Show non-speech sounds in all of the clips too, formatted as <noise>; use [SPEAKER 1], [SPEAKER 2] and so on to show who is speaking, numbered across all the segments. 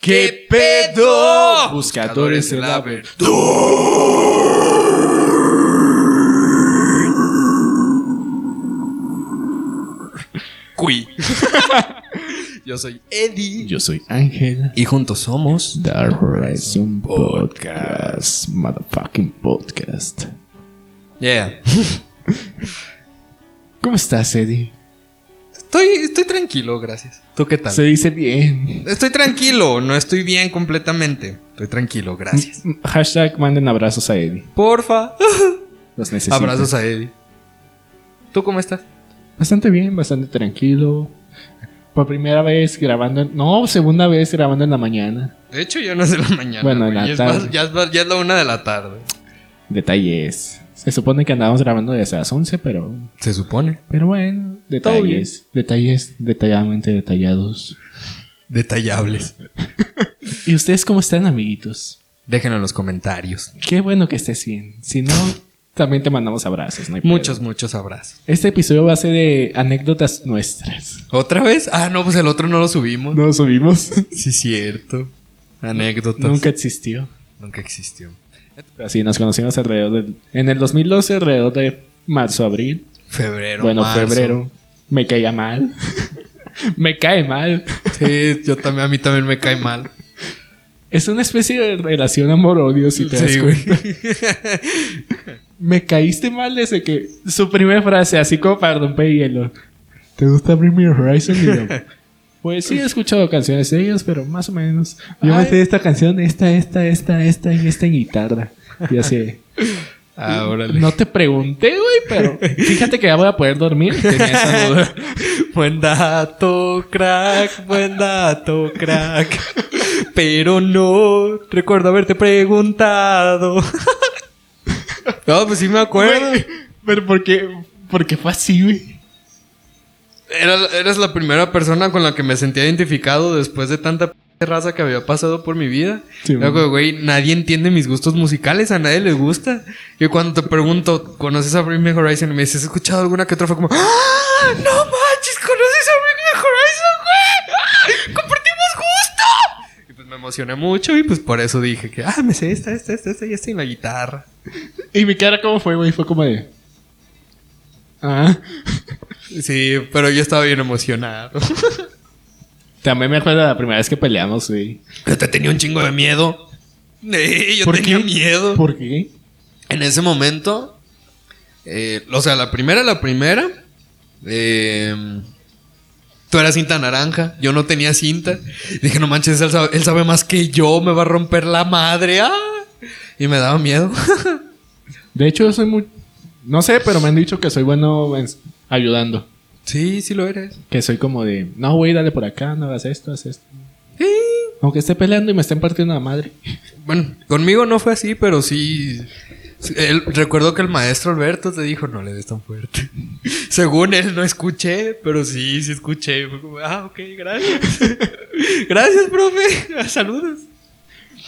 [SPEAKER 1] ¿Qué pedo?
[SPEAKER 2] Buscadores del Aver.
[SPEAKER 1] Cui. <laughs> Yo soy Eddie.
[SPEAKER 2] Yo soy Ángel.
[SPEAKER 1] Y juntos somos.
[SPEAKER 2] Dark Horizon Podcast. Motherfucking Podcast.
[SPEAKER 1] Yeah.
[SPEAKER 2] ¿Cómo estás, Eddie?
[SPEAKER 1] Estoy, estoy tranquilo, gracias. ¿Tú qué tal?
[SPEAKER 2] Se dice bien.
[SPEAKER 1] Estoy tranquilo, no estoy bien completamente. Estoy tranquilo, gracias.
[SPEAKER 2] Mm, Hashtag manden abrazos a Eddie.
[SPEAKER 1] Porfa.
[SPEAKER 2] Los necesito.
[SPEAKER 1] Abrazos a Eddie. ¿Tú cómo estás?
[SPEAKER 2] Bastante bien, bastante tranquilo. Por primera vez grabando. en- No, segunda vez grabando en la mañana.
[SPEAKER 1] De hecho, yo no es de la mañana.
[SPEAKER 2] Bueno,
[SPEAKER 1] güey,
[SPEAKER 2] en la
[SPEAKER 1] ya es
[SPEAKER 2] tarde.
[SPEAKER 1] más- ya, es más- ya es la una de la tarde.
[SPEAKER 2] Detalles. Se supone que andábamos grabando desde las 11, pero.
[SPEAKER 1] Se supone.
[SPEAKER 2] Pero bueno,
[SPEAKER 1] Todo bien.
[SPEAKER 2] detalles. Detalles detalladamente detallados.
[SPEAKER 1] Detallables.
[SPEAKER 2] ¿Y ustedes cómo están, amiguitos?
[SPEAKER 1] Déjenlo en los comentarios.
[SPEAKER 2] Qué bueno que estés bien. Si no, también te mandamos abrazos. no hay
[SPEAKER 1] Muchos,
[SPEAKER 2] pedo.
[SPEAKER 1] muchos abrazos.
[SPEAKER 2] Este episodio va a ser de anécdotas nuestras.
[SPEAKER 1] ¿Otra vez? Ah, no, pues el otro no lo subimos.
[SPEAKER 2] No subimos.
[SPEAKER 1] Sí, cierto. Anécdotas.
[SPEAKER 2] Nunca existió.
[SPEAKER 1] Nunca existió.
[SPEAKER 2] Así nos conocimos alrededor del... En el 2012, alrededor de marzo, abril.
[SPEAKER 1] Febrero.
[SPEAKER 2] bueno,
[SPEAKER 1] marzo.
[SPEAKER 2] febrero. Me caía mal. <laughs> me cae mal.
[SPEAKER 1] Sí, yo también, a mí también me cae mal.
[SPEAKER 2] Es una especie de relación amor-odio, <laughs> si te das
[SPEAKER 1] Sí,
[SPEAKER 2] cuenta.
[SPEAKER 1] güey.
[SPEAKER 2] Me caíste mal desde que... Su primera frase, así como para romper hielo. ¿Te gusta Bring Me Horizon? Y yo, <laughs> pues sí, he escuchado canciones de ellos, pero más o menos. Yo
[SPEAKER 1] Ay.
[SPEAKER 2] me sé esta canción, esta, esta, esta, esta y esta en guitarra. Y así...
[SPEAKER 1] Ah, órale.
[SPEAKER 2] <laughs> No te pregunté, güey, pero fíjate que ya voy a poder dormir. Tenía esa duda.
[SPEAKER 1] <laughs> Buen dato, crack, buen dato, crack. Pero no recuerdo haberte preguntado. <laughs> No, pues sí me acuerdo.
[SPEAKER 2] <laughs> Güey, Pero porque, porque fue así, güey.
[SPEAKER 1] Era- eres la primera persona con la que me sentía identificado después de tanta p- raza que había pasado por mi vida.
[SPEAKER 2] Sí,
[SPEAKER 1] Era
[SPEAKER 2] man.
[SPEAKER 1] como, güey, nadie entiende mis gustos musicales, a nadie le gusta. Y cuando te pregunto, ¿conoces a Bring Me Horizon? Y me dices, ¿has escuchado alguna que otra? Fue como, ¡Ah! ¡No manches! ¿Conoces a Bring Me Horizon, güey? ¡Ah! ¡Compartimos gusto! Y pues me emocioné mucho y pues por eso dije que, ah, me sé esta, esta, esta, esta y esta y la guitarra.
[SPEAKER 2] Y mi cara, ¿cómo fue, güey? Fue como de. Ah.
[SPEAKER 1] Sí, pero yo estaba bien emocionado.
[SPEAKER 2] También me acuerdo de la primera vez que peleamos, güey.
[SPEAKER 1] Yo te tenía un chingo de miedo. Eh, yo
[SPEAKER 2] ¿Por
[SPEAKER 1] tenía
[SPEAKER 2] qué?
[SPEAKER 1] miedo.
[SPEAKER 2] ¿Por qué?
[SPEAKER 1] En ese momento, eh, o sea, la primera, la primera, eh, tú eras cinta naranja, yo no tenía cinta. Dije, no manches, él sabe, él sabe más que yo, me va a romper la madre. ah". Y me daba miedo. <laughs>
[SPEAKER 2] De hecho, yo soy muy. No sé, pero me han dicho que soy bueno en- ayudando.
[SPEAKER 1] sí, sí lo eres.
[SPEAKER 2] Que soy como de. No, güey, dale por acá, no hagas esto, haz esto.
[SPEAKER 1] Sí.
[SPEAKER 2] Aunque esté peleando y me estén partiendo la madre. <laughs>
[SPEAKER 1] Bueno, conmigo no fue así, pero sí. sí, él- recuerdo que el maestro Alberto te dijo, no le des tan fuerte. <laughs> Según él, no escuché, pero sí, sí escuché. Fue como, ah, ok, gracias. <laughs> gracias, profe. <laughs> Saludos.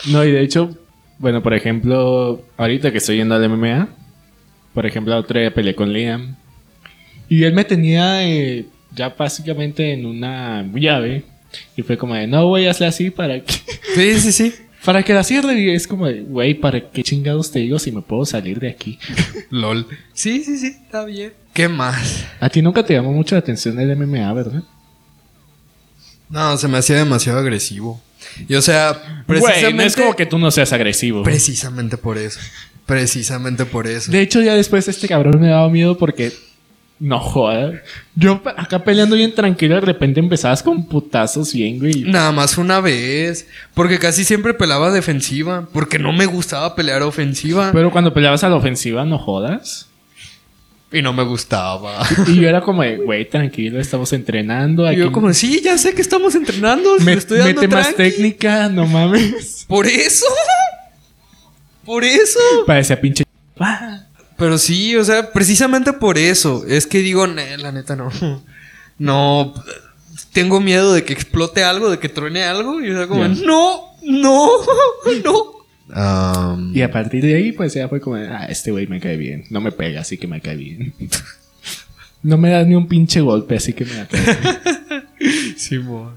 [SPEAKER 2] No, y de hecho, bueno, por ejemplo, ahorita que estoy yendo al MMA, por ejemplo, la otra día peleé con Liam. Y él me tenía eh, ya básicamente en una llave. Y fue como de, no, güey, hazle así para que, <laughs>
[SPEAKER 1] Sí, sí, sí.
[SPEAKER 2] para que la cierre. Y es como de, güey, ¿para qué chingados te digo si me puedo salir de aquí?
[SPEAKER 1] LOL. Sí, sí, sí, está bien. ¿Qué más?
[SPEAKER 2] A ti nunca te llamó mucho la atención el MMA, ¿verdad?
[SPEAKER 1] No, se me hacía demasiado agresivo. Y o sea, precisamente.
[SPEAKER 2] Güey, no es como que tú no seas agresivo.
[SPEAKER 1] Precisamente por eso. Precisamente por eso.
[SPEAKER 2] De hecho, ya después este cabrón me daba miedo porque. No joder. Yo pa- acá peleando bien tranquilo, de repente empezabas con putazos bien, güey.
[SPEAKER 1] Nada más una vez. Porque casi siempre pelaba defensiva. Porque no me gustaba pelear ofensiva.
[SPEAKER 2] Pero cuando peleabas a la ofensiva, no jodas.
[SPEAKER 1] Y no me gustaba.
[SPEAKER 2] <laughs> Y yo era como de, güey, tranquilo, estamos entrenando.
[SPEAKER 1] Y
[SPEAKER 2] Aquí
[SPEAKER 1] yo como, sí, ya sé que estamos entrenando. Me
[SPEAKER 2] me-
[SPEAKER 1] estoy dando
[SPEAKER 2] mete más
[SPEAKER 1] tranqui".
[SPEAKER 2] técnica, no mames.
[SPEAKER 1] Por eso. Por eso.
[SPEAKER 2] Parecía pinche. Ah.
[SPEAKER 1] Pero sí, o sea, precisamente por eso. Es que digo, "Ne, la neta
[SPEAKER 2] <laughs>
[SPEAKER 1] no. No. Tengo miedo de que explote algo, de que truene algo. Y o sea, como,
[SPEAKER 2] Ya.
[SPEAKER 1] no, no, <laughs> no. Am,
[SPEAKER 2] Y a partir de ahí, pues ya fue como, de, ah, este güey me cae bien. No me pega, así que me cae bien. <laughs> No me da ni un pinche golpe, así que me da.
[SPEAKER 1] Simón.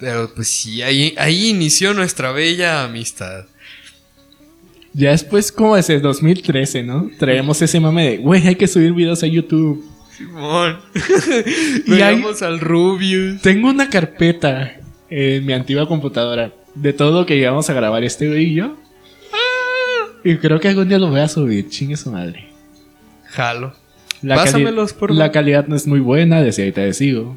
[SPEAKER 1] Pero pues sí, ahí, ahí inició nuestra bella amistad.
[SPEAKER 2] Ya después, como desde 2013, ¿no? Traemos ese mame de, güey, hay que subir videos a YouTube.
[SPEAKER 1] <laughs> Simón.
[SPEAKER 2] Y ahí-
[SPEAKER 1] Llegamos al Rubius.
[SPEAKER 2] Tengo una carpeta en mi antigua computadora de todo lo que íbamos a grabar este güey y yo. Ah, Y creo que algún día lo voy a subir, chingue su madre.
[SPEAKER 1] Jalo.
[SPEAKER 2] La
[SPEAKER 1] Pásamelos,
[SPEAKER 2] cali-
[SPEAKER 1] por favor.
[SPEAKER 2] La calidad no es muy buena, decía ahorita te sigo.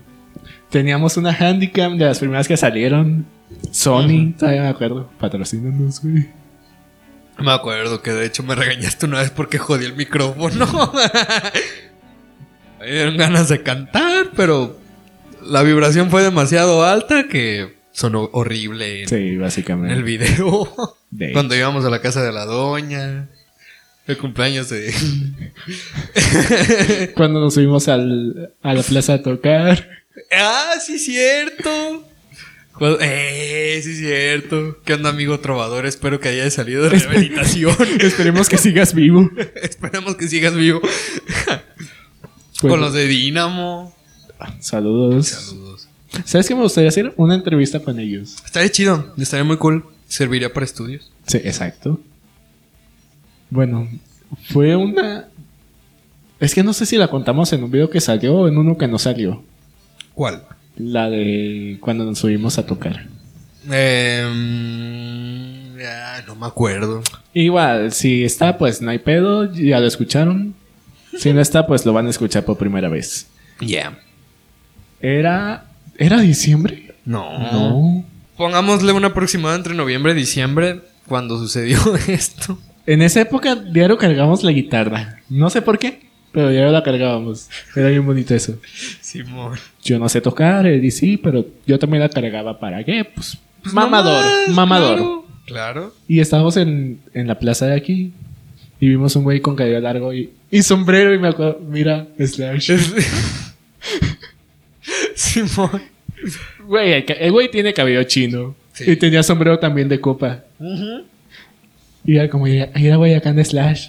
[SPEAKER 2] Teníamos una Handicam de las primeras que salieron. Sony, todavía me acuerdo. Patrocínanos, güey.
[SPEAKER 1] Me acuerdo que de hecho me regañaste una vez porque jodí el micrófono. <laughs> me dieron ganas de cantar, pero la vibración fue demasiado alta que sonó horrible en,
[SPEAKER 2] Sí,
[SPEAKER 1] en el
[SPEAKER 2] básicamente.
[SPEAKER 1] video.
[SPEAKER 2] De
[SPEAKER 1] <laughs> Cuando íbamos a la casa de la doña. El cumpleaños de...
[SPEAKER 2] Cuando nos subimos al, a la plaza a tocar.
[SPEAKER 1] ¡Ah, sí cierto! Cu- ¡Eh, sí cierto! ¿Qué onda, amigo trovador? Espero que hayas salido de rehabilitación.
[SPEAKER 2] <laughs> Esperemos que sigas vivo.
[SPEAKER 1] Esperemos que sigas vivo. Con los de Dinamo.
[SPEAKER 2] Saludos.
[SPEAKER 1] Saludos.
[SPEAKER 2] ¿Sabes qué me gustaría hacer? Una entrevista con ellos.
[SPEAKER 1] Estaría chido, estaría muy cool. Serviría para estudios.
[SPEAKER 2] Sí, exacto. Bueno, fue una... Es que no sé si la contamos en un video que salió o en uno que no salió.
[SPEAKER 1] ¿Cuál?
[SPEAKER 2] La de cuando nos subimos a tocar.
[SPEAKER 1] Em, no me acuerdo.
[SPEAKER 2] Igual, si está, pues no hay pedo, ya lo escucharon. Si no está, pues lo van a escuchar por primera vez.
[SPEAKER 1] Yeah.
[SPEAKER 2] Era... ¿Era diciembre?
[SPEAKER 1] No.
[SPEAKER 2] Ah. No.
[SPEAKER 1] Pongámosle una aproximada entre noviembre y diciembre cuando sucedió <laughs> esto.
[SPEAKER 2] En esa época diario cargábamos la guitarra. No sé por qué, pero diario la cargábamos. Era bien bonito eso.
[SPEAKER 1] Simón.
[SPEAKER 2] Yo no sé tocar, Eddie sí, pero yo también la cargaba para qué, pues.
[SPEAKER 1] Pues
[SPEAKER 2] mamador,
[SPEAKER 1] nomás,
[SPEAKER 2] mamador.
[SPEAKER 1] Claro. claro.
[SPEAKER 2] Y estábamos en, en la plaza de aquí y vimos un güey con cabello largo y, y sombrero y me acuerdo, mira, Slash.
[SPEAKER 1] Simón.
[SPEAKER 2] Güey, el, ca- el güey tiene cabello chino
[SPEAKER 1] Sí.
[SPEAKER 2] y tenía sombrero también de copa. Y era como, "Mira, mira, güey, acá anda <laughs> Slash.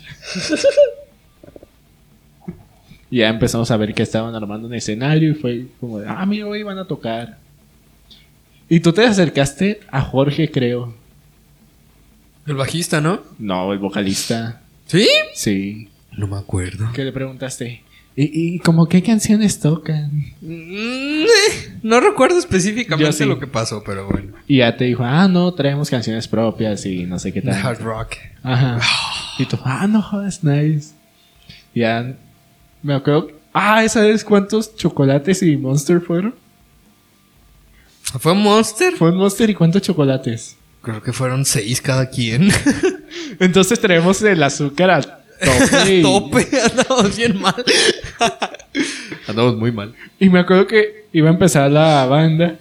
[SPEAKER 2] Y ya empezamos a ver que estaban armando un escenario y fue como, de, ah, mira, güey, van a tocar. Y tú te acercaste a Jorge, creo.
[SPEAKER 1] El bajista, ¿no?
[SPEAKER 2] No, el vocalista.
[SPEAKER 1] ¿Sí?
[SPEAKER 2] Sí.
[SPEAKER 1] No me acuerdo.
[SPEAKER 2] ¿Qué le preguntaste? ¿Y, y como qué canciones tocan?
[SPEAKER 1] Mm, eh, No recuerdo específicamente
[SPEAKER 2] Yo sí.
[SPEAKER 1] lo que pasó, pero bueno.
[SPEAKER 2] Y ya te dijo, ah, no, traemos canciones propias y no sé qué tal.
[SPEAKER 1] Hard rock.
[SPEAKER 2] Ajá. Y tú, ah, no jodas, nice. Y ya me acuerdo. Ah, ¿sabes cuántos chocolates y Monster fueron?
[SPEAKER 1] ¿Fue Monster?
[SPEAKER 2] Fue un Monster y cuántos chocolates.
[SPEAKER 1] Creo que fueron seis cada quien. <laughs>
[SPEAKER 2] Entonces traemos el azúcar a tope.
[SPEAKER 1] A <laughs>
[SPEAKER 2] y-
[SPEAKER 1] tope, andamos bien mal. <laughs> andamos muy mal.
[SPEAKER 2] Y me acuerdo que iba a empezar la banda.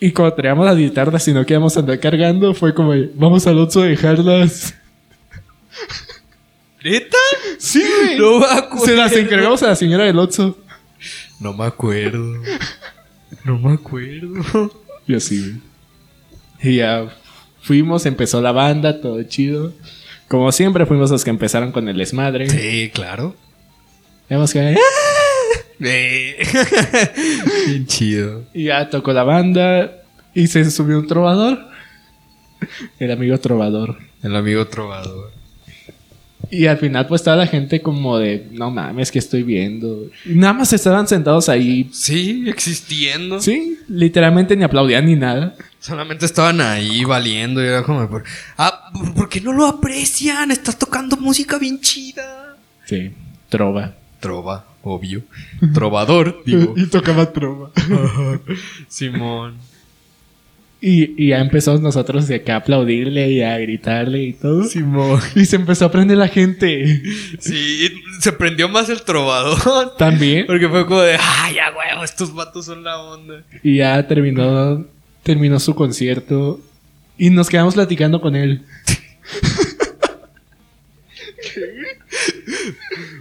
[SPEAKER 2] Y cuando traíamos las guitarras y no queríamos andar cargando, fue como, vamos al otro a dejarlas.
[SPEAKER 1] ¿Neta?
[SPEAKER 2] Sí, güey.
[SPEAKER 1] No me acuerdo.
[SPEAKER 2] Se las encargamos a la señora del Otso.
[SPEAKER 1] No me acuerdo. No me acuerdo.
[SPEAKER 2] Y así, güey. Y ya fuimos, empezó la banda, todo chido. Como siempre, fuimos los que empezaron con el desmadre.
[SPEAKER 1] Sí, claro.
[SPEAKER 2] Vemos que- "Ah",
[SPEAKER 1] Eh. Bien chido.
[SPEAKER 2] Y ya tocó la banda y se subió un trovador. <laughs> El amigo trovador.
[SPEAKER 1] El amigo trovador.
[SPEAKER 2] Y al final, pues estaba la gente como de, no mames, que estoy viendo. Y nada más estaban sentados ahí.
[SPEAKER 1] Sí, existiendo.
[SPEAKER 2] Sí, literalmente ni aplaudían ni nada.
[SPEAKER 1] Solamente estaban ahí valiendo y era como... por- Ah, ¿por por qué no lo aprecian? Estás tocando música bien chida.
[SPEAKER 2] Sí, trova.
[SPEAKER 1] Trova,
[SPEAKER 2] <laughs>
[SPEAKER 1] obvio. Trovador, digo.
[SPEAKER 2] Y tocaba trova.
[SPEAKER 1] Simón.
[SPEAKER 2] <laughs> Y, y ya empezamos nosotros de acá a aplaudirle y a gritarle y todo.
[SPEAKER 1] Simón.
[SPEAKER 2] <laughs> Y se empezó a prender la gente.
[SPEAKER 1] Sí, se prendió más el trovador.
[SPEAKER 2] También.
[SPEAKER 1] Porque fue como de, ay, ya huevo, estos vatos son la onda.
[SPEAKER 2] Y ya terminó, terminó su concierto. Y nos quedamos platicando con él.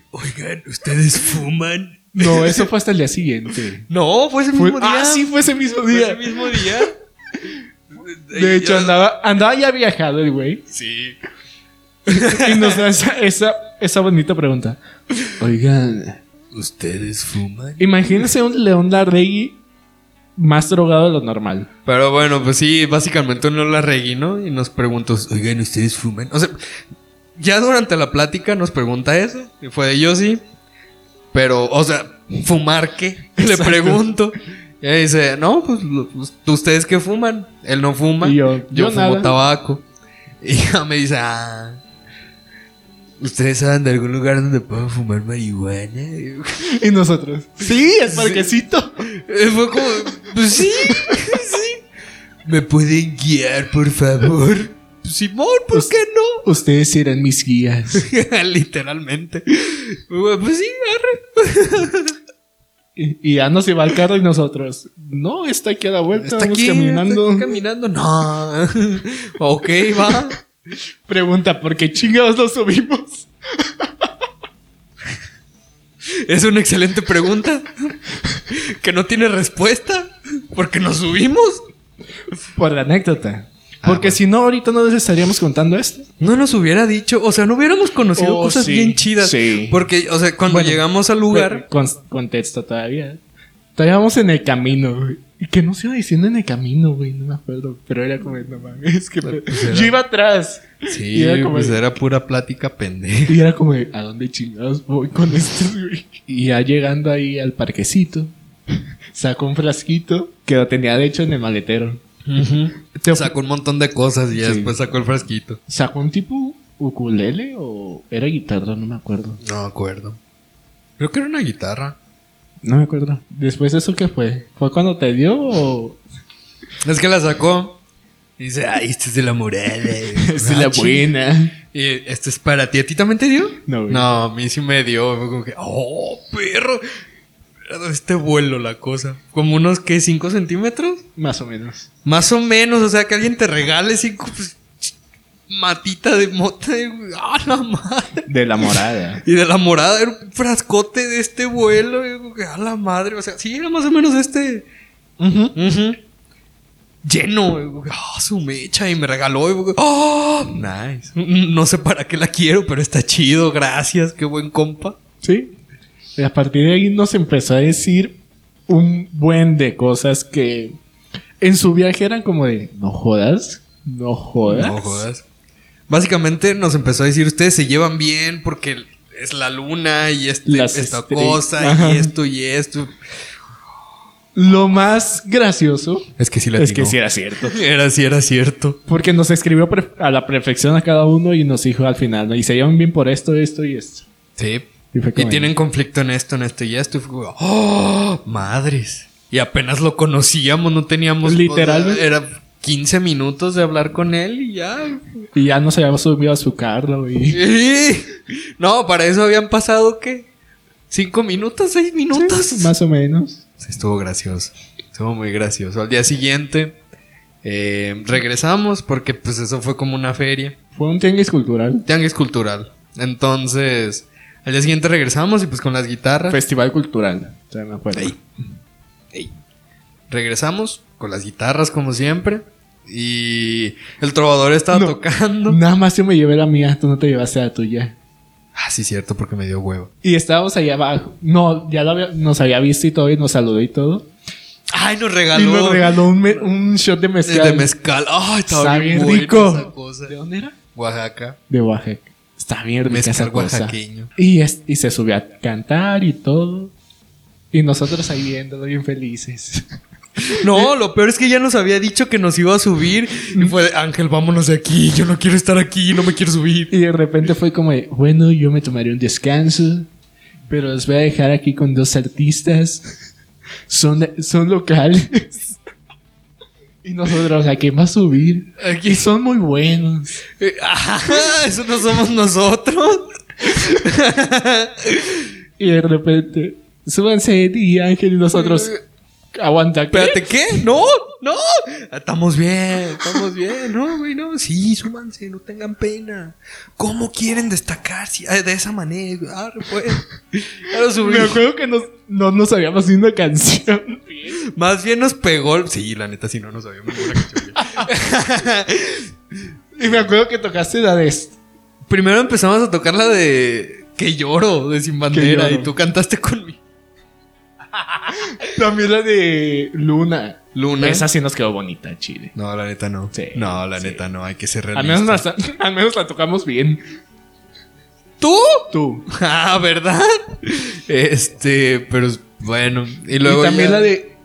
[SPEAKER 1] Oigan, ¿ustedes fuman?
[SPEAKER 2] No, eso fue hasta el día siguiente.
[SPEAKER 1] No, fue ese
[SPEAKER 2] Fue-
[SPEAKER 1] mismo día.
[SPEAKER 2] ah, sí, fue ese mismo
[SPEAKER 1] fue ese
[SPEAKER 2] día.
[SPEAKER 1] mismo día.
[SPEAKER 2] <laughs> De hecho, andaba, andaba ya viajado el güey.
[SPEAKER 1] Sí.
[SPEAKER 2] Y nos da esa, esa, esa bonita pregunta. Oigan,
[SPEAKER 1] ¿Ustedes fuman?
[SPEAKER 2] imagínense un León Larregui más drogado de lo normal.
[SPEAKER 1] Pero bueno, pues sí, básicamente uno la reguinó y nos preguntó, oigan, ¿ustedes fuman? O sea, ya durante la plática nos pregunta eso. Y fue de yo sí. Pero, o sea, ¿fumar qué? <laughs> Le
[SPEAKER 2] Exacto.
[SPEAKER 1] pregunto. Y ella dice, no, pues lo- pues, ustedes que fuman. Él no fuma.
[SPEAKER 2] Y yo, yo
[SPEAKER 1] fumo
[SPEAKER 2] nada.
[SPEAKER 1] tabaco. <laughs> Y ella me dice, ah. ¿Ustedes saben de algún lugar donde puedan fumar marihuana? Y yo,
[SPEAKER 2] Y nosotros. Sí, el
[SPEAKER 1] Sí.
[SPEAKER 2] parquecito.
[SPEAKER 1] eh, Fue como, pues sí, <laughs> sí. ¿Me pueden guiar, por favor? Simón, ¿por
[SPEAKER 2] Pues-
[SPEAKER 1] qué no?
[SPEAKER 2] Ustedes eran mis guías.
[SPEAKER 1] <laughs> Literalmente. Bueno, Pues sí, arre.
[SPEAKER 2] Y, y ya nos iba al carro y nosotros. No, está aquí a la vuelta.
[SPEAKER 1] Está
[SPEAKER 2] vamos
[SPEAKER 1] aquí
[SPEAKER 2] caminando.
[SPEAKER 1] está aquí caminando. No. <laughs> ok, va.
[SPEAKER 2] Pregunta, ¿por qué chingados lo subimos?
[SPEAKER 1] Es una excelente pregunta. Que no tiene respuesta. Porque nos subimos.
[SPEAKER 2] Por la anécdota.
[SPEAKER 1] Ah,
[SPEAKER 2] Porque
[SPEAKER 1] bueno.
[SPEAKER 2] si no, ahorita no les estaríamos contando este esto.
[SPEAKER 1] No nos hubiera dicho, o sea, no hubiéramos conocido
[SPEAKER 2] Oh,
[SPEAKER 1] cosas
[SPEAKER 2] sí,
[SPEAKER 1] bien chidas.
[SPEAKER 2] sí.
[SPEAKER 1] Porque, o sea, cuando
[SPEAKER 2] Bueno,
[SPEAKER 1] llegamos al lugar,
[SPEAKER 2] Con, contexto todavía. Todavía vamos en el camino, güey. ¿Y qué nos iba diciendo en el camino, güey? No me acuerdo. Pero era como, no mames, es que me-
[SPEAKER 1] pues era-
[SPEAKER 2] yo iba atrás.
[SPEAKER 1] Sí,
[SPEAKER 2] Y era como
[SPEAKER 1] pues
[SPEAKER 2] de-
[SPEAKER 1] era pura plática pendeja.
[SPEAKER 2] Y era como, de, ¿a dónde chingados voy con esto, güey? Y ya llegando ahí al parquecito, sacó un frasquito que lo tenía de hecho en el maletero. Te-
[SPEAKER 1] Sacó un montón de cosas y ya
[SPEAKER 2] Sí.
[SPEAKER 1] después sacó el frasquito.
[SPEAKER 2] Sacó un tipo ukulele o era guitarra, no me acuerdo.
[SPEAKER 1] No me acuerdo. Creo que era una guitarra.
[SPEAKER 2] No me acuerdo. Después de eso, ¿qué fue? ¿Fue cuando te dio o...?
[SPEAKER 1] Es que la sacó. Y dice, ay, esta es de la morada.
[SPEAKER 2] <laughs> <laughs> Este Es la buena.
[SPEAKER 1] Y esto es para ti. ¿A ti también te dio?
[SPEAKER 2] No, güey.
[SPEAKER 1] No, a mí sí me dio. Fue como que, oh, perro. Era de Este vuelo la cosa. Como unos, ¿qué? ¿5 centímetros?
[SPEAKER 2] Más o menos.
[SPEAKER 1] Más o menos. O sea, que alguien te regale cinco pues, ch- matita de mota. y, Ah, la madre.
[SPEAKER 2] De la morada.
[SPEAKER 1] Y de la morada era un frascote de este vuelo. Y yo, que a la madre. O sea, sí, era más o menos este. ujú, Lleno. Y yo, Ah, su mecha. Y me regaló. Y yo, ah, nice. No sé para qué la quiero, pero está chido. Gracias. Qué buen compa.
[SPEAKER 2] Sí. Y a partir de ahí nos empezó a decir un buen de cosas que en su viaje eran como de no jodas, no jodas.
[SPEAKER 1] No jodas. Básicamente nos empezó a decir: Ustedes se llevan bien porque es la luna y este-
[SPEAKER 2] Las
[SPEAKER 1] esta
[SPEAKER 2] estrellas.
[SPEAKER 1] cosa
[SPEAKER 2] Ajá.
[SPEAKER 1] y esto y esto.
[SPEAKER 2] Lo más gracioso
[SPEAKER 1] Es que sí la
[SPEAKER 2] es que sí era cierto.
[SPEAKER 1] Era, sí, era cierto.
[SPEAKER 2] Porque nos escribió pre- a la perfección a cada uno y nos dijo al final, ¿no? y se llevan bien por esto, esto y esto.
[SPEAKER 1] Sí.
[SPEAKER 2] Y fue
[SPEAKER 1] Y
[SPEAKER 2] como-
[SPEAKER 1] tienen conflicto en esto, en esto y esto. Y fue como, ¡oh! Madres. Y apenas lo conocíamos, no teníamos.
[SPEAKER 2] Literalmente.
[SPEAKER 1] o sea, era 15 minutos de hablar con él y ya.
[SPEAKER 2] Y ya nos habíamos subido a su carro y...
[SPEAKER 1] <laughs> Sí. No, para eso habían pasado, ¿qué? ¿Cinco minutos? ¿Seis minutos?
[SPEAKER 2] Más o menos.
[SPEAKER 1] Sí, Estuvo gracioso. Estuvo muy gracioso. Al día siguiente eh, regresamos porque, pues, eso fue como una feria.
[SPEAKER 2] Fue un tianguis cultural.
[SPEAKER 1] Tianguis cultural. Entonces, al día siguiente regresamos y, pues, con las guitarras.
[SPEAKER 2] Festival cultural. Ya me acuerdo.
[SPEAKER 1] Ey. Ey. Regresamos con las guitarras como siempre. Y el trovador estaba
[SPEAKER 2] No.
[SPEAKER 1] tocando.
[SPEAKER 2] Nada más yo me llevé la mía, tú no te llevaste la tuya.
[SPEAKER 1] Ah, sí, cierto, porque me dio huevo.
[SPEAKER 2] Y estábamos allá abajo. No, ya lo había- nos había visto y todo, y nos saludó y todo.
[SPEAKER 1] Ay, nos
[SPEAKER 2] Y
[SPEAKER 1] regaló.
[SPEAKER 2] nos regaló un, me- un shot de
[SPEAKER 1] de-
[SPEAKER 2] mezcal.
[SPEAKER 1] de mezcal. Ay, estaba
[SPEAKER 2] Está
[SPEAKER 1] bien
[SPEAKER 2] bien
[SPEAKER 1] buena
[SPEAKER 2] rico.
[SPEAKER 1] esa cosa.
[SPEAKER 2] ¿De dónde era?
[SPEAKER 1] Oaxaca.
[SPEAKER 2] De Oaxaca. Está bien rica
[SPEAKER 1] Mezcal
[SPEAKER 2] esa cosa.
[SPEAKER 1] oaxaqueño.
[SPEAKER 2] Y, es- y se subió a cantar y todo. Y nosotros ahí viéndolo bien felices.
[SPEAKER 1] No, lo peor es que ya nos había dicho que nos iba a subir. Y fue, de, Ángel, vámonos de aquí. Yo no quiero estar aquí, no me quiero subir.
[SPEAKER 2] Y de repente fue como, de, bueno, yo me tomaré un descanso, pero los voy a dejar aquí con dos artistas. Son, son locales. Y nosotros, ¿a quién va a subir? Y
[SPEAKER 1] Aquí.
[SPEAKER 2] son muy buenos.
[SPEAKER 1] Eh, ajá, eso no somos nosotros. <laughs>
[SPEAKER 2] Y de repente, súbanse Eddie y Ángel y nosotros, aguanta, ¿qué?
[SPEAKER 1] Espérate, ¿qué? No, no. Ah, Estamos bien, estamos bien. No, güey, no. Sí, súmanse, no tengan pena. ¿Cómo quieren destacar si- ah, de esa manera? Ah, pues. Ya lo subí.
[SPEAKER 2] <laughs> Me acuerdo que nos, no nos habíamos ido una canción.
[SPEAKER 1] Más bien nos pegó. el- Sí, la neta, si no nos habíamos ninguna canción.
[SPEAKER 2] Y me acuerdo que tocaste la de esto.
[SPEAKER 1] Primero empezamos a tocar la de Que lloro, de Sin Bandera,
[SPEAKER 2] lloro.
[SPEAKER 1] y tú cantaste conmigo.
[SPEAKER 2] También la de Luna.
[SPEAKER 1] Luna.
[SPEAKER 2] Esa sí nos quedó bonita, Chile.
[SPEAKER 1] No, la neta no.
[SPEAKER 2] Sí,
[SPEAKER 1] no, la
[SPEAKER 2] sí.
[SPEAKER 1] neta no. Hay que ser
[SPEAKER 2] Al
[SPEAKER 1] realistas.
[SPEAKER 2] menos, la, <laughs> al menos la tocamos bien.
[SPEAKER 1] ¿Tú? <laughs>
[SPEAKER 2] Tú.
[SPEAKER 1] Ah, ¿verdad? Este, pero bueno. Y luego.
[SPEAKER 2] y también
[SPEAKER 1] ya-
[SPEAKER 2] la de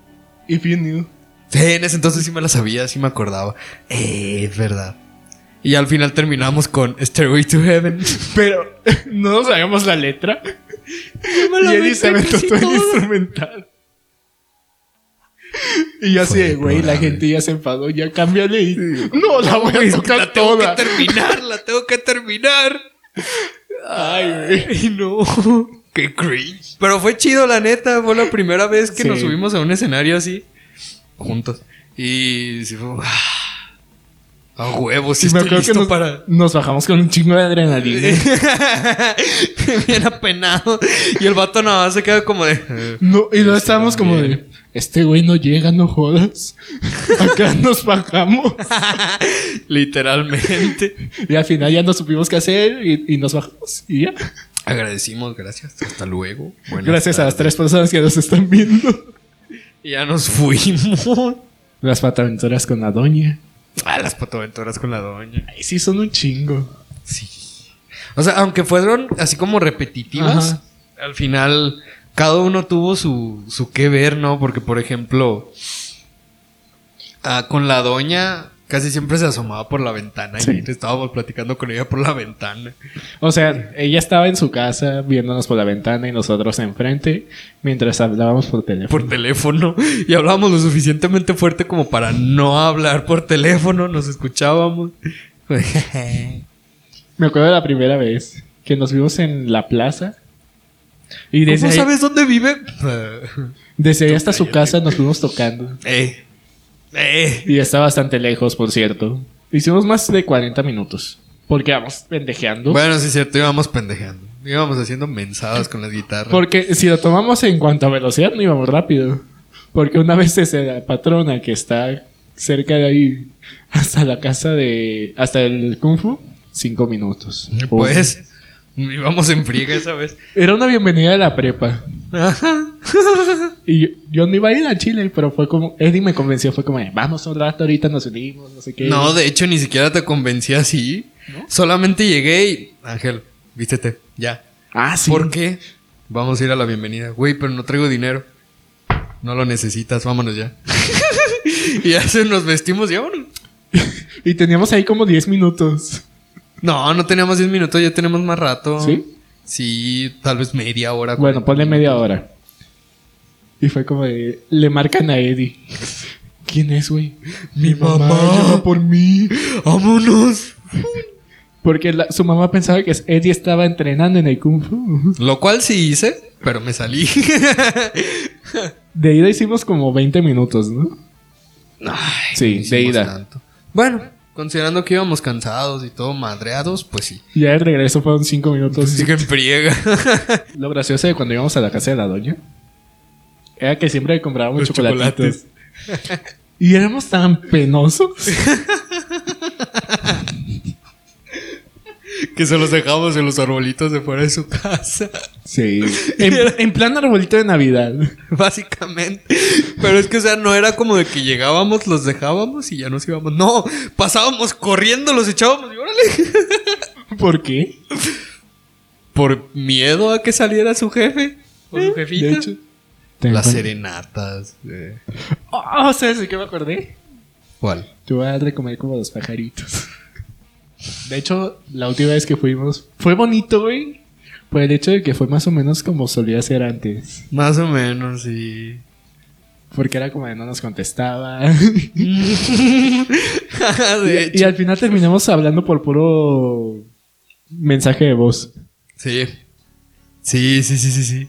[SPEAKER 2] If You Knew.
[SPEAKER 1] Sí, en ese entonces sí me la sabía, sí me acordaba. Eh, es verdad. Y al final terminamos con Stairway to
[SPEAKER 2] <laughs>
[SPEAKER 1] Heaven.
[SPEAKER 2] Pero no sabíamos la letra. Y Eddie se aventó todo el instrumental. Y yo así,
[SPEAKER 1] Fue
[SPEAKER 2] de, güey, la
[SPEAKER 1] deplorable.
[SPEAKER 2] gente ya se enfadó, ya cámbiale. Y, no, la voy a tocar
[SPEAKER 1] La tengo
[SPEAKER 2] toda.
[SPEAKER 1] que terminar, la tengo que
[SPEAKER 2] <laughs>
[SPEAKER 1] terminar.
[SPEAKER 2] Ay, güey.
[SPEAKER 1] Ay, no. Qué cringe. Pero fue chido, la neta. Fue la primera vez que
[SPEAKER 2] Sí.
[SPEAKER 1] nos subimos a un escenario así. Juntos. Y sí fue. ah, A huevos, sí,
[SPEAKER 2] Sí, me
[SPEAKER 1] estoy
[SPEAKER 2] acuerdo que
[SPEAKER 1] listo
[SPEAKER 2] nos,
[SPEAKER 1] para.
[SPEAKER 2] nos bajamos con un chingo de <laughs> adrenalina.
[SPEAKER 1] <laughs> Bien apenado. Y el vato nada más se queda como de.
[SPEAKER 2] No, y luego estábamos como de,
[SPEAKER 1] también.
[SPEAKER 2] este güey no llega, no jodas. <laughs> Acá nos bajamos.
[SPEAKER 1] Literalmente.
[SPEAKER 2] Y al final ya no supimos qué hacer y, y nos bajamos. Y ya.
[SPEAKER 1] <laughs> Agradecimos, gracias. Hasta luego. Buenas
[SPEAKER 2] Gracias a las
[SPEAKER 1] tardes.
[SPEAKER 2] tres personas que nos están viendo.
[SPEAKER 1] Y ya nos fuimos. <laughs>
[SPEAKER 2] Las pataventuras con la doña.
[SPEAKER 1] A las patoventuras con la doña.
[SPEAKER 2] Ay, sí, son un chingo.
[SPEAKER 1] Sí. O sea, aunque fueron así como repetitivas,
[SPEAKER 2] Ajá.
[SPEAKER 1] al final cada uno tuvo su, su que ver, ¿no? Porque, por ejemplo, ah, con la doña casi siempre se asomaba por la ventana
[SPEAKER 2] Sí.
[SPEAKER 1] y estábamos platicando con ella por la ventana.
[SPEAKER 2] O sea, ella estaba en su casa viéndonos por la ventana y nosotros enfrente mientras hablábamos por teléfono.
[SPEAKER 1] por teléfono y hablábamos lo suficientemente fuerte como para no hablar por teléfono, nos <laughs> escuchábamos.
[SPEAKER 2] Me acuerdo de la primera vez que nos vimos en la plaza. Y desde
[SPEAKER 1] ¿Cómo
[SPEAKER 2] ahí,
[SPEAKER 1] sabes dónde vive?
[SPEAKER 2] desde ahí hasta su casa nos fuimos tocando.
[SPEAKER 1] <laughs> Eh, eh.
[SPEAKER 2] Y está bastante lejos, por cierto. Hicimos más de 40 minutos. Porque vamos pendejeando.
[SPEAKER 1] Bueno, sí es cierto, íbamos pendejeando. Íbamos haciendo mensadas con las guitarras.
[SPEAKER 2] Porque si lo tomamos en cuanto a velocidad, no íbamos rápido. Porque una vez desde la patrona que está cerca de ahí hasta la casa de. hasta el Kung Fu, cinco minutos.
[SPEAKER 1] Pues íbamos en friega esa vez.
[SPEAKER 2] Era una bienvenida de la prepa.
[SPEAKER 1] Ajá.
[SPEAKER 2] <laughs> Y yo, yo no iba a ir a Chile, pero fue como. Eddie me convenció, fue como, vamos un rato, ahorita nos unimos, no sé qué.
[SPEAKER 1] No, de hecho ni siquiera te convencí así. Solamente llegué y Ángel, vístete, ya.
[SPEAKER 2] Ah, sí.
[SPEAKER 1] ¿Por qué? Vamos a ir a la bienvenida. Güey, pero no traigo dinero. No lo necesitas, vámonos ya.
[SPEAKER 2] <laughs>
[SPEAKER 1] <laughs> y ya se nos vestimos y vámonos.
[SPEAKER 2] Y teníamos ahí como 10 minutos.
[SPEAKER 1] No, no teníamos 10 minutos, ya tenemos más rato.
[SPEAKER 2] ¿Sí?
[SPEAKER 1] Sí, tal vez media hora.
[SPEAKER 2] Bueno, ponle media hora. Y fue como de. Le marcan a Eddie. ¿Quién es, güey?
[SPEAKER 1] Mi mamá.
[SPEAKER 2] llama por mí.
[SPEAKER 1] ¡Vámonos!
[SPEAKER 2] Porque la- su mamá pensaba que Eddie estaba entrenando en el Kung Fu.
[SPEAKER 1] Lo cual sí hice, pero me salí. <laughs>
[SPEAKER 2] De ida hicimos como 20 minutos, ¿no?
[SPEAKER 1] Ay,
[SPEAKER 2] Sí,
[SPEAKER 1] no hicimos
[SPEAKER 2] de ida.
[SPEAKER 1] tanto. Bueno, considerando que íbamos cansados y todo madreados, pues sí.
[SPEAKER 2] Ya de regreso fueron 5 minutos.
[SPEAKER 1] Así que en friega. <laughs>
[SPEAKER 2] Lo gracioso de cuando íbamos a la casa de la doña era que siempre comprábamos
[SPEAKER 1] Los
[SPEAKER 2] chocolatitos. y éramos tan penosos.
[SPEAKER 1] <laughs> que se los dejamos en los arbolitos de fuera de su casa.
[SPEAKER 2] Sí. En, en plan arbolito de Navidad.
[SPEAKER 1] <laughs> Básicamente. Pero es que, o sea, no era como de que llegábamos, los dejábamos y ya nos íbamos. No, pasábamos corriendo, los echábamos y órale.
[SPEAKER 2] ¿Por qué?
[SPEAKER 1] Por miedo a que saliera su jefe o su jefita.
[SPEAKER 2] Eh, De hecho.
[SPEAKER 1] Las serenatas. eh,
[SPEAKER 2] Oh, ¿sabes de qué me acordé?
[SPEAKER 1] ¿Cuál?
[SPEAKER 2] Te voy a dar de comer como los pajaritos. De hecho, la última vez que fuimos fue bonito, güey. Por el hecho de que fue más o menos como solía ser antes.
[SPEAKER 1] Más o menos, sí. <laughs>
[SPEAKER 2] Porque era como de no nos contestaba.
[SPEAKER 1] de
[SPEAKER 2] <laughs> Y, y
[SPEAKER 1] hecho.
[SPEAKER 2] al final terminamos hablando por puro mensaje de voz.
[SPEAKER 1] Sí. Sí, sí, sí, sí, sí.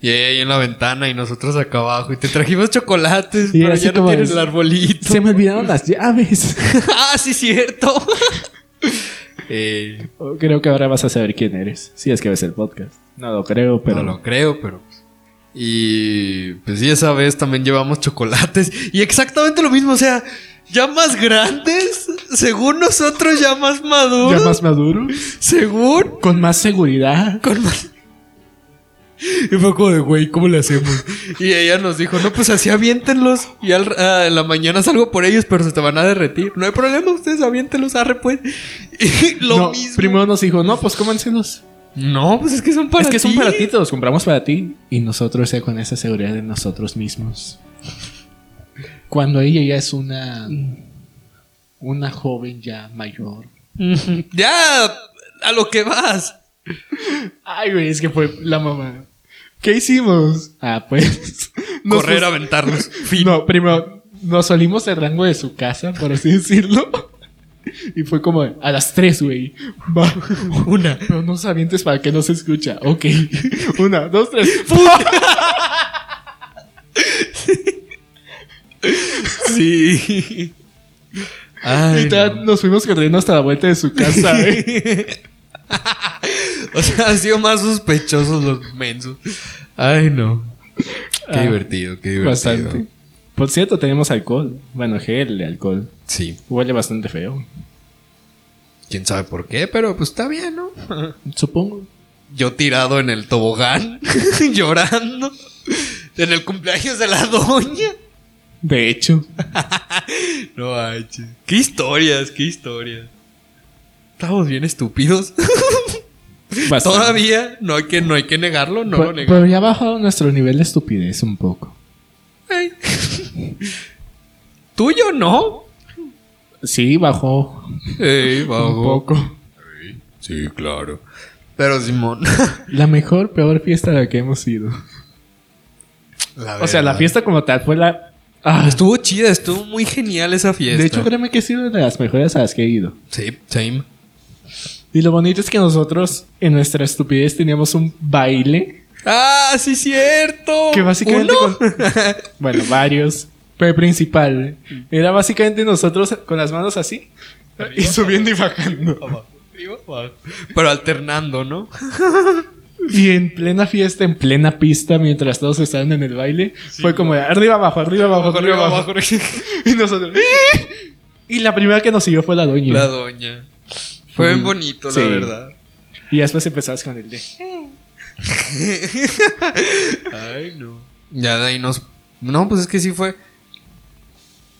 [SPEAKER 1] Y ella ahí en la ventana y nosotros acá abajo. Y te trajimos chocolates,
[SPEAKER 2] Y
[SPEAKER 1] pero
[SPEAKER 2] así
[SPEAKER 1] ya no
[SPEAKER 2] como
[SPEAKER 1] tienes
[SPEAKER 2] es.
[SPEAKER 1] el arbolito.
[SPEAKER 2] Se me olvidaron las llaves.
[SPEAKER 1] <laughs> ah, sí, cierto. <laughs> eh,
[SPEAKER 2] Oh, <laughs> Creo que ahora vas a saber quién eres. Si es que ves el podcast. No lo creo, pero...
[SPEAKER 1] No lo creo, pero. pues. Y pues sí, esa vez también llevamos chocolates. <laughs> Y exactamente lo mismo, o sea, ya más grandes, según nosotros ya más maduros,
[SPEAKER 2] Ya más maduro.
[SPEAKER 1] según
[SPEAKER 2] Con más seguridad.
[SPEAKER 1] con más- Y fue como de, güey, ¿cómo le hacemos? Y ella nos dijo, no, pues así aviéntenlos. Y al- ah, en la mañana salgo por ellos, pero se te van a derretir. No hay problema, ustedes aviéntenlos, arre pues. <laughs> Y <laughs> lo
[SPEAKER 2] No,
[SPEAKER 1] mismo.
[SPEAKER 2] Primero nos dijo, no, pues cómenselos.
[SPEAKER 1] No, pues es que son para
[SPEAKER 2] es que son
[SPEAKER 1] ti.
[SPEAKER 2] para ti, te los compramos para ti. Y nosotros ya con esa seguridad de nosotros mismos. Cuando ella ya es una. Una joven ya mayor.
[SPEAKER 1] ya, a lo que vas.
[SPEAKER 2] Ay, güey, es que fue la mamá. ¿Qué hicimos? Ah, pues. nos
[SPEAKER 1] Correr,
[SPEAKER 2] pus- <laughs>
[SPEAKER 1] aventarlos. Fin.
[SPEAKER 2] No, primero, nos salimos del rango de su casa, por así decirlo. Y fue como a las tres, güey. <laughs> Va.
[SPEAKER 1] Una.
[SPEAKER 2] Pero no sabientes para que no se escucha. <laughs> Ok. Una, dos, tres.
[SPEAKER 1] Sí.
[SPEAKER 2] Y
[SPEAKER 1] Ay,
[SPEAKER 2] ta-
[SPEAKER 1] no.
[SPEAKER 2] nos fuimos corriendo hasta la vuelta de su casa, <laughs> eh. güey.
[SPEAKER 1] <laughs> O sea, han sido más sospechosos los mensos. Ay, no. Qué
[SPEAKER 2] Ah,
[SPEAKER 1] divertido, qué divertido.
[SPEAKER 2] Bastante. Por cierto, tenemos alcohol. Bueno, gel de alcohol.
[SPEAKER 1] Sí,
[SPEAKER 2] Huele bastante feo.
[SPEAKER 1] quién sabe por qué, pero pues está bien, ¿no?
[SPEAKER 2] Supongo.
[SPEAKER 1] Yo tirado en el tobogán, <laughs> llorando, en el cumpleaños de la doña.
[SPEAKER 2] De hecho.
[SPEAKER 1] No manches. Qué historias, qué historias. Estamos bien
[SPEAKER 2] <laughs>
[SPEAKER 1] estúpidos.
[SPEAKER 2] <laughs>
[SPEAKER 1] <laughs>
[SPEAKER 2] bastante.
[SPEAKER 1] Todavía no hay que, no hay que negarlo, no
[SPEAKER 2] Pe-
[SPEAKER 1] lo negamos.
[SPEAKER 2] pero ya ha bajado nuestro nivel de estupidez un poco. pues,
[SPEAKER 1] Ey. Tuyo no.
[SPEAKER 2] Sí, bajó
[SPEAKER 1] Ey,
[SPEAKER 2] un poco.
[SPEAKER 1] Sí, claro. Pero Simón. <laughs>
[SPEAKER 2] La mejor, peor fiesta a la que hemos ido. O sea, la fiesta como tal fue la... Ah,
[SPEAKER 1] Estuvo chida, estuvo muy genial esa fiesta.
[SPEAKER 2] de hecho, créeme que ha sido de las mejores a las que he ido.
[SPEAKER 1] Sí, same.
[SPEAKER 2] Y lo bonito es que nosotros, en nuestra estupidez, teníamos un baile.
[SPEAKER 1] ¡Ah, sí, cierto!
[SPEAKER 2] Que básicamente
[SPEAKER 1] ¿Uno?
[SPEAKER 2] con- <laughs> Bueno, varios. Pero el principal. Era básicamente nosotros con las manos así. Y subiendo y bajando.
[SPEAKER 1] <laughs> Pero alternando, ¿no?
[SPEAKER 2] Y en plena fiesta, en plena pista, mientras todos estaban en el baile, fue como de arriba, abajo, arriba, abajo, arriba, abajo. <laughs> Y nosotros... "¡Ih!". Y la primera que nos siguió fue la doña.
[SPEAKER 1] La doña. Fue bien bonito,
[SPEAKER 2] Sí.
[SPEAKER 1] la verdad.
[SPEAKER 2] Y después empezabas con el de...
[SPEAKER 1] Ay, no. Ya de ahí nos. No, pues es que sí fue.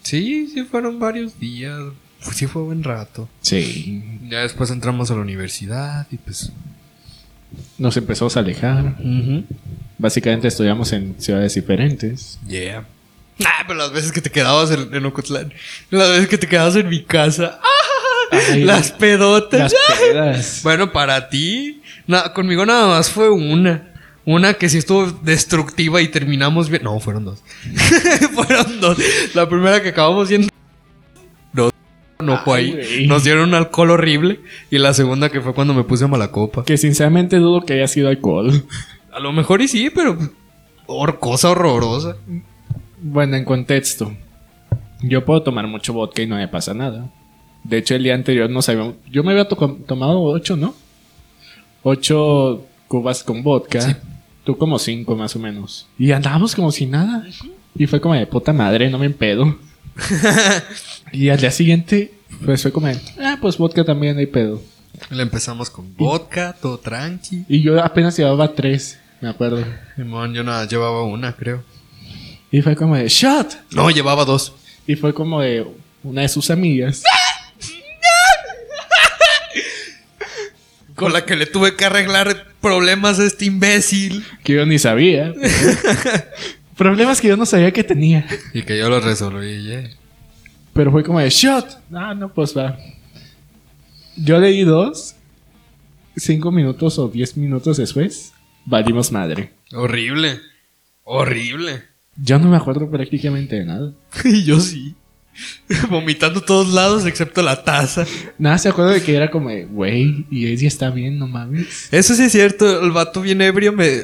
[SPEAKER 1] Sí, sí fueron varios días. Pues sí fue buen rato.
[SPEAKER 2] Sí.
[SPEAKER 1] Ya después entramos a la universidad y pues.
[SPEAKER 2] Nos empezamos a alejar. Básicamente estudiamos en ciudades diferentes.
[SPEAKER 1] Yeah. Ah, pero las veces que te quedabas en, en Ocotlán. Las veces que te quedabas en mi casa. <laughs> ¡Ah!
[SPEAKER 2] Ay,
[SPEAKER 1] las pedotas.
[SPEAKER 2] Las pedas.
[SPEAKER 1] Bueno, para ti. na- conmigo nada más fue una. Una que sí estuvo destructiva y terminamos bien. No, fueron dos. <laughs> fueron dos. La primera que acabamos yendo. No, no fue
[SPEAKER 2] Ay,
[SPEAKER 1] ahí.
[SPEAKER 2] güey.
[SPEAKER 1] Nos dieron un alcohol horrible. Y la segunda que fue cuando me puse mala copa.
[SPEAKER 2] Que sinceramente dudo que haya sido alcohol.
[SPEAKER 1] A lo mejor y sí, pero. hor- cosa horrorosa.
[SPEAKER 2] Bueno, en contexto. Yo puedo tomar mucho vodka y no me pasa nada. De hecho, el día anterior no sabíamos... Yo me había to- tomado ocho, ¿no? Ocho cubas con vodka. Tú como cinco, más o menos. Y andábamos como si nada. Y fue como de puta madre, no me empedo. y al día siguiente, pues fue como de... Ah, pues vodka también hay pedo.
[SPEAKER 1] Le empezamos con vodka, todo tranqui.
[SPEAKER 2] Y yo apenas llevaba tres, me acuerdo.
[SPEAKER 1] Simón, yo nada, llevaba una, creo.
[SPEAKER 2] Y fue como de... ¡Shot!
[SPEAKER 1] No, llevaba dos.
[SPEAKER 2] Y fue como de una de sus amigas.
[SPEAKER 1] Con la que le tuve que arreglar problemas a este imbécil.
[SPEAKER 2] que yo ni <laughs> sabía. Problemas que yo no sabía que tenía.
[SPEAKER 1] Y que yo lo resolví, yeah.
[SPEAKER 2] Pero fue como de shot. Ah, no, pues va. Yo leí dos. Cinco minutos o diez minutos después. Valimos madre.
[SPEAKER 1] Horrible. Horrible.
[SPEAKER 2] Yo no me acuerdo prácticamente de nada.
[SPEAKER 1] <laughs> y yo sí. <laughs> Vomitando todos lados excepto la taza.
[SPEAKER 2] Nada, se acuerdo de que era como, de, güey, y ella está bien, no mames.
[SPEAKER 1] Eso sí es cierto, el vato bien ebrio me...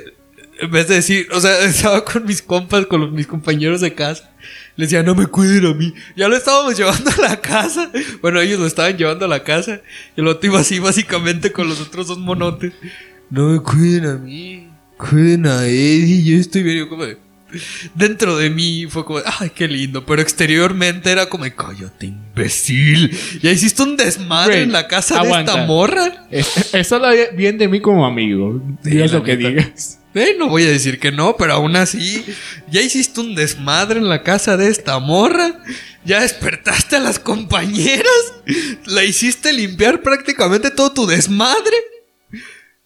[SPEAKER 1] En vez de decir, o sea, <laughs> estaba con mis compas, con los- mis compañeros de casa. Le decía, no me cuiden a mí. Ya lo estábamos <laughs> llevando a la casa. Bueno, ellos lo estaban llevando a la casa. Y el otro iba así, básicamente, con los otros dos monotes. No me cuiden a mí. Cuiden a Eddie. Yo estoy bien. Yo como de- Dentro de mí fue como, ay, qué lindo. Pero exteriormente era como, cállate, imbécil. Ya hiciste un desmadre
[SPEAKER 2] Güey,
[SPEAKER 1] en la casa de
[SPEAKER 2] aguanta.
[SPEAKER 1] esta morra.
[SPEAKER 2] Es- Eso lo bien de mí como amigo.
[SPEAKER 1] Sí,
[SPEAKER 2] Digas
[SPEAKER 1] la
[SPEAKER 2] lo que
[SPEAKER 1] neta.
[SPEAKER 2] digas.
[SPEAKER 1] Eh, no voy a decir que no, pero aún así, ya hiciste un desmadre en la casa de esta morra. Ya despertaste a las compañeras. La hiciste limpiar prácticamente todo tu desmadre.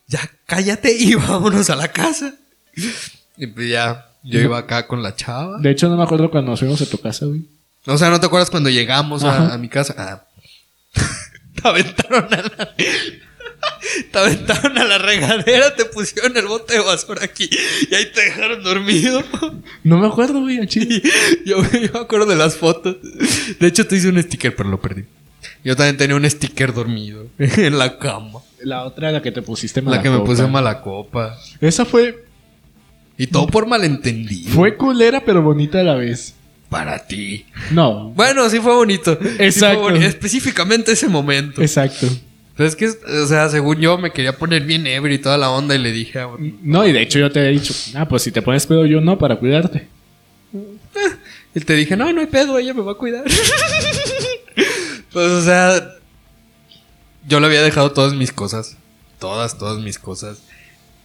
[SPEAKER 1] Ya cállate y <laughs> vámonos a la casa. Y pues ya, yo iba acá con la chava.
[SPEAKER 2] De hecho, no me acuerdo cuando nos fuimos a tu casa, güey.
[SPEAKER 1] O sea, ¿no te acuerdas cuando llegamos a,
[SPEAKER 2] Ajá.
[SPEAKER 1] a mi casa? Ah. <laughs> te aventaron a la... <laughs> te aventaron a la regadera, te pusieron el bote de basura aquí y ahí te dejaron dormido.
[SPEAKER 2] No me acuerdo, güey, al chile.
[SPEAKER 1] Y yo, yo me acuerdo de las fotos. De hecho, te hice un sticker, pero lo perdí. Yo también tenía un sticker dormido <laughs> en la cama.
[SPEAKER 2] La otra, la que te pusiste
[SPEAKER 1] la que me
[SPEAKER 2] malacopa.
[SPEAKER 1] puse mala copa.
[SPEAKER 2] Esa fue,
[SPEAKER 1] Y todo por malentendido.
[SPEAKER 2] fue culera, pero bonita a la vez.
[SPEAKER 1] Para ti.
[SPEAKER 2] No,
[SPEAKER 1] Bueno, sí fue bonito. Sí fue
[SPEAKER 2] Exacto.
[SPEAKER 1] boni- Específicamente ese momento.
[SPEAKER 2] exacto.
[SPEAKER 1] Pero Pues es que, o sea, según yo me quería poner bien ebrio y toda la onda y le dije, ah, bueno.
[SPEAKER 2] No, y de hecho yo te he dicho, ah, pues si te pones pedo yo no, para cuidarte.
[SPEAKER 1] y te dije, no, no hay pedo, ella me va a cuidar. pues, o sea, yo le había dejado todas mis cosas, todas, todas mis cosas.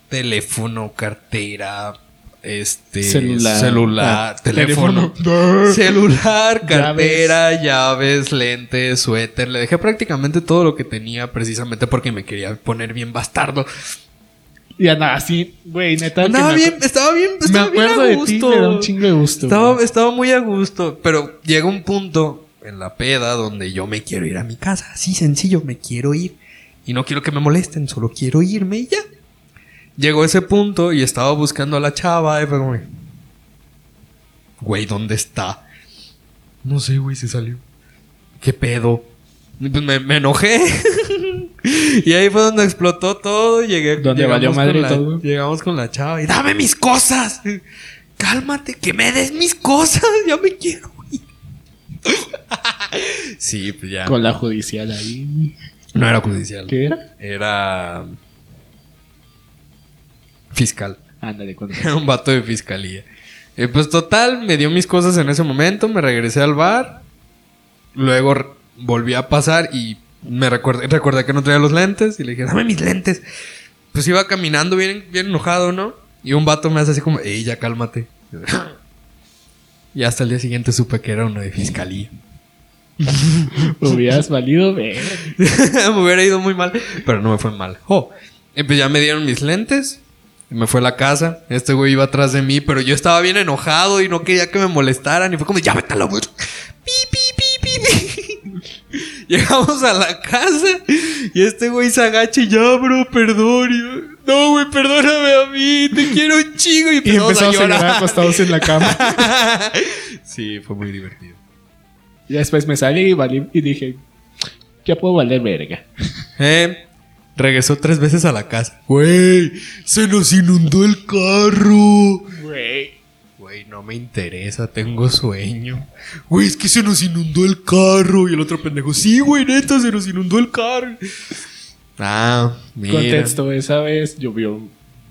[SPEAKER 1] Teléfono, cartera, este,
[SPEAKER 2] Celular.
[SPEAKER 1] celular,
[SPEAKER 2] Ah,
[SPEAKER 1] teléfono.
[SPEAKER 2] <laughs> teléfono.
[SPEAKER 1] Celular, cartera, llaves, lentes, suéter. Le dejé prácticamente todo lo que tenía precisamente porque me quería poner bien bastardo.
[SPEAKER 2] Y andaba así, güey, neta. que
[SPEAKER 1] Andaba
[SPEAKER 2] me
[SPEAKER 1] bien, estaba bien,
[SPEAKER 2] Me
[SPEAKER 1] estaba bien
[SPEAKER 2] acuerdo
[SPEAKER 1] a
[SPEAKER 2] de ti,
[SPEAKER 1] gusto.
[SPEAKER 2] me da un chingo de gusto.
[SPEAKER 1] Estaba,
[SPEAKER 2] güey.
[SPEAKER 1] estaba muy a gusto, pero llega un punto en la peda donde yo me quiero ir a mi casa. Así sencillo, me quiero ir. Y no quiero que me molesten, solo quiero irme y ya. Llegó ese punto y estaba buscando a la chava. Y fue como, güey, ¿dónde está? No sé, güey, se salió. ¿Qué pedo? Y pues me, me enojé. <laughs> y ahí fue donde explotó todo. Llegué,
[SPEAKER 2] Donde
[SPEAKER 1] llegamos
[SPEAKER 2] valió
[SPEAKER 1] con
[SPEAKER 2] madre y
[SPEAKER 1] la-
[SPEAKER 2] todo.
[SPEAKER 1] Llegamos con la chava y dame mis cosas. Cálmate, que me des mis cosas. Ya me quiero ir. <laughs> sí, pues ya.
[SPEAKER 2] Con la judicial ahí.
[SPEAKER 1] No era judicial.
[SPEAKER 2] ¿Qué era?
[SPEAKER 1] Era fiscal.
[SPEAKER 2] Ándale,
[SPEAKER 1] <laughs>
[SPEAKER 2] con
[SPEAKER 1] Era un vato de fiscalía. Eh, pues total, me dio mis cosas en ese momento, me regresé al bar. Luego r- volví a pasar y me recordé, recordé que no traía los lentes y le dije, dame mis lentes. Pues iba caminando bien, bien enojado, ¿no? Y un vato me hace así como, ey, ya cálmate. <laughs> y hasta el día siguiente supe que era uno de fiscalía.
[SPEAKER 2] <laughs> Hubieras valido, ver.
[SPEAKER 1] <laughs> me hubiera ido muy mal, pero no me fue mal. Oh, y pues ya me dieron mis lentes. y Me fue a la casa. Este güey iba atrás de mí, pero yo estaba bien enojado y no quería que me molestaran. Y fue como, ya vete a la verga". Pi, pi, pi, pi, pi. <laughs> Llegamos a la casa y este güey se agacha y ya, bro, perdón. Y yo, no, güey, perdóname a mí. Te quiero un chingo. Y
[SPEAKER 2] Y
[SPEAKER 1] empezamos,
[SPEAKER 2] empezamos a llorar
[SPEAKER 1] a llorar.
[SPEAKER 2] acostados en la cama. <laughs>
[SPEAKER 1] <laughs> sí, fue muy divertido.
[SPEAKER 2] Y después me salí y, valí, y dije, ya puedo valer verga.
[SPEAKER 1] Eh, regresó tres veces a la casa. Güey, se nos inundó el carro.
[SPEAKER 2] Güey.
[SPEAKER 1] Güey, no me interesa, tengo sueño. Güey, es que se nos inundó el carro. Y el otro pendejo, sí, güey, neta, se nos inundó el carro. Ah, mira.
[SPEAKER 2] Contexto, esa vez llovió,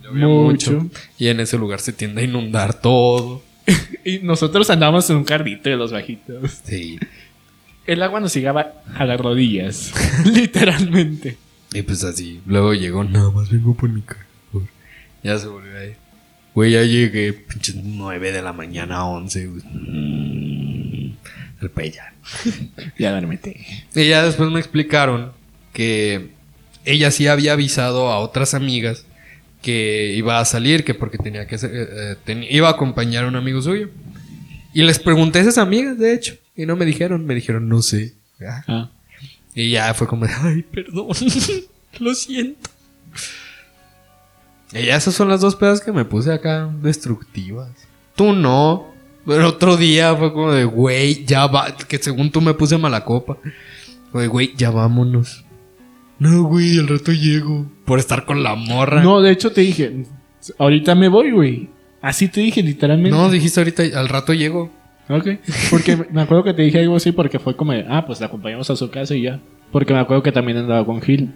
[SPEAKER 1] Había
[SPEAKER 2] mucho.
[SPEAKER 1] Y en ese lugar se tiende a inundar todo.
[SPEAKER 2] Y nosotros andábamos en un carrito de los bajitos.
[SPEAKER 1] Sí.
[SPEAKER 2] El agua nos llegaba a las rodillas. <laughs> literalmente.
[SPEAKER 1] Y pues así. Luego llegó, nada más vengo por mi cargador. Ya se volvió ahí. Güey, ya llegué, pinches 9 de la mañana, 11. güey. Mm, al pella.
[SPEAKER 2] Ya duérmete.
[SPEAKER 1] Y ya después me explicaron que ella sí había avisado a otras amigas que iba a salir, que porque tenía que ser- eh, eh, ten- iba a acompañar a un amigo suyo. Y les pregunté a esas amigas, de hecho, y no me dijeron, me dijeron, no sé. Ah,
[SPEAKER 2] Ah.
[SPEAKER 1] Y ya fue como, de, ay, perdón, <laughs> lo siento. Y ya esas son las dos pedas que me puse acá, destructivas. Tú no. Pero otro día fue como de, güey, ya va. Que según tú me puse mala copa. Güey, güey, ya vámonos. No, güey, al rato llego. Por estar con la morra.
[SPEAKER 2] No, de hecho te dije, ahorita me voy, güey. Así te dije, literalmente.
[SPEAKER 1] No, dijiste ahorita, al rato llego.
[SPEAKER 2] Ok. Porque me acuerdo que te dije algo así porque fue como, de, ah, pues la acompañamos a su casa y ya. Porque me acuerdo que también andaba con Gil.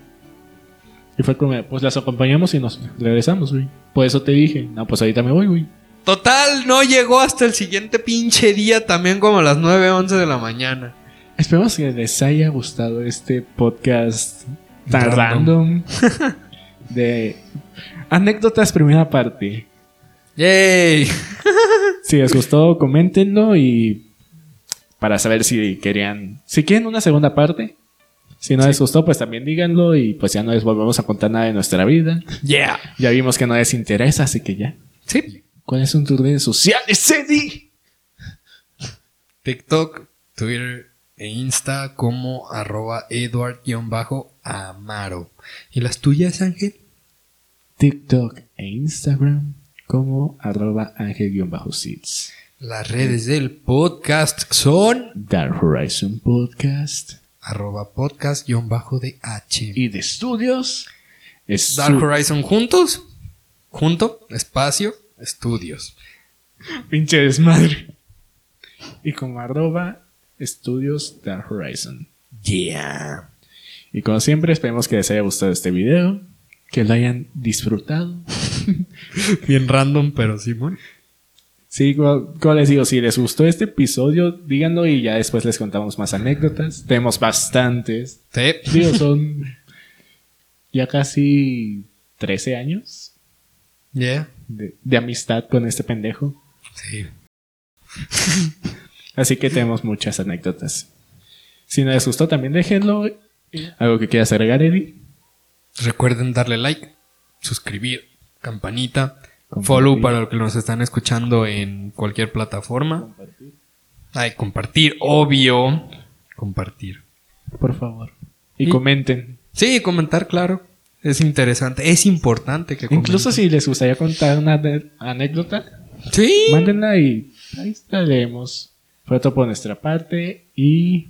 [SPEAKER 2] Y fue como, de, pues las acompañamos y nos regresamos, güey. Por eso te dije, no, pues ahorita me voy, güey.
[SPEAKER 1] Total, no llegó hasta el siguiente pinche día, también como a las 9, 11 de la mañana.
[SPEAKER 2] Esperemos que les haya gustado este podcast tan
[SPEAKER 1] Random.
[SPEAKER 2] random. de <laughs> anécdotas primera parte.
[SPEAKER 1] ¡Yay!
[SPEAKER 2] Si les gustó, coméntenlo y para saber si querían, si quieren una segunda parte. Si no les gustó, pues también díganlo y pues ya no les volvemos a contar nada de nuestra vida.
[SPEAKER 1] ¡Yeah!
[SPEAKER 2] Ya vimos que no les interesa, así que ya.
[SPEAKER 1] Sí.
[SPEAKER 2] ¿Cuáles son tus redes sociales, Eddie?
[SPEAKER 1] TikTok, Twitter e Insta como arroba Eduard-Amaro. ¿Y las tuyas, Ángel?
[SPEAKER 2] TikTok e Instagram como arroba ángel-seeds.
[SPEAKER 1] Las redes del podcast son
[SPEAKER 2] Dark Horizon Podcast
[SPEAKER 1] arroba podcast-dh.
[SPEAKER 2] y de estudios. es
[SPEAKER 1] Dark
[SPEAKER 2] su-
[SPEAKER 1] Horizon juntos, junto, espacio, estudios.
[SPEAKER 2] Pinche desmadre. Y como arroba estudios Dark Horizon.
[SPEAKER 1] Yeah.
[SPEAKER 2] Y como siempre, esperemos que les haya gustado este video, que lo hayan disfrutado.
[SPEAKER 1] Bien random, pero Simón.
[SPEAKER 2] Sí, como como les digo, si les gustó este episodio, díganlo y ya después les contamos más anécdotas. Tenemos bastantes.
[SPEAKER 1] Sí.
[SPEAKER 2] Digo, son <laughs> ya casi 13 años
[SPEAKER 1] Yeah.
[SPEAKER 2] de, de amistad con este pendejo.
[SPEAKER 1] Sí.
[SPEAKER 2] Así que tenemos muchas anécdotas. Si no les gustó, también déjenlo. ¿Algo que quieras agregar, Eddie?
[SPEAKER 1] Recuerden darle like, suscribir, campanita,
[SPEAKER 2] Compartir.
[SPEAKER 1] follow para los que nos están escuchando en cualquier plataforma. Ay, compartir, obvio. Compartir.
[SPEAKER 2] Por favor. Y
[SPEAKER 1] Y-
[SPEAKER 2] comenten.
[SPEAKER 1] Sí, comentar, claro. Es interesante, es importante que
[SPEAKER 2] Incluso si les gustaría contar una ane- anécdota,
[SPEAKER 1] comenten. Sí.
[SPEAKER 2] mándenla y ahí estaremos. Fue todo por nuestra parte y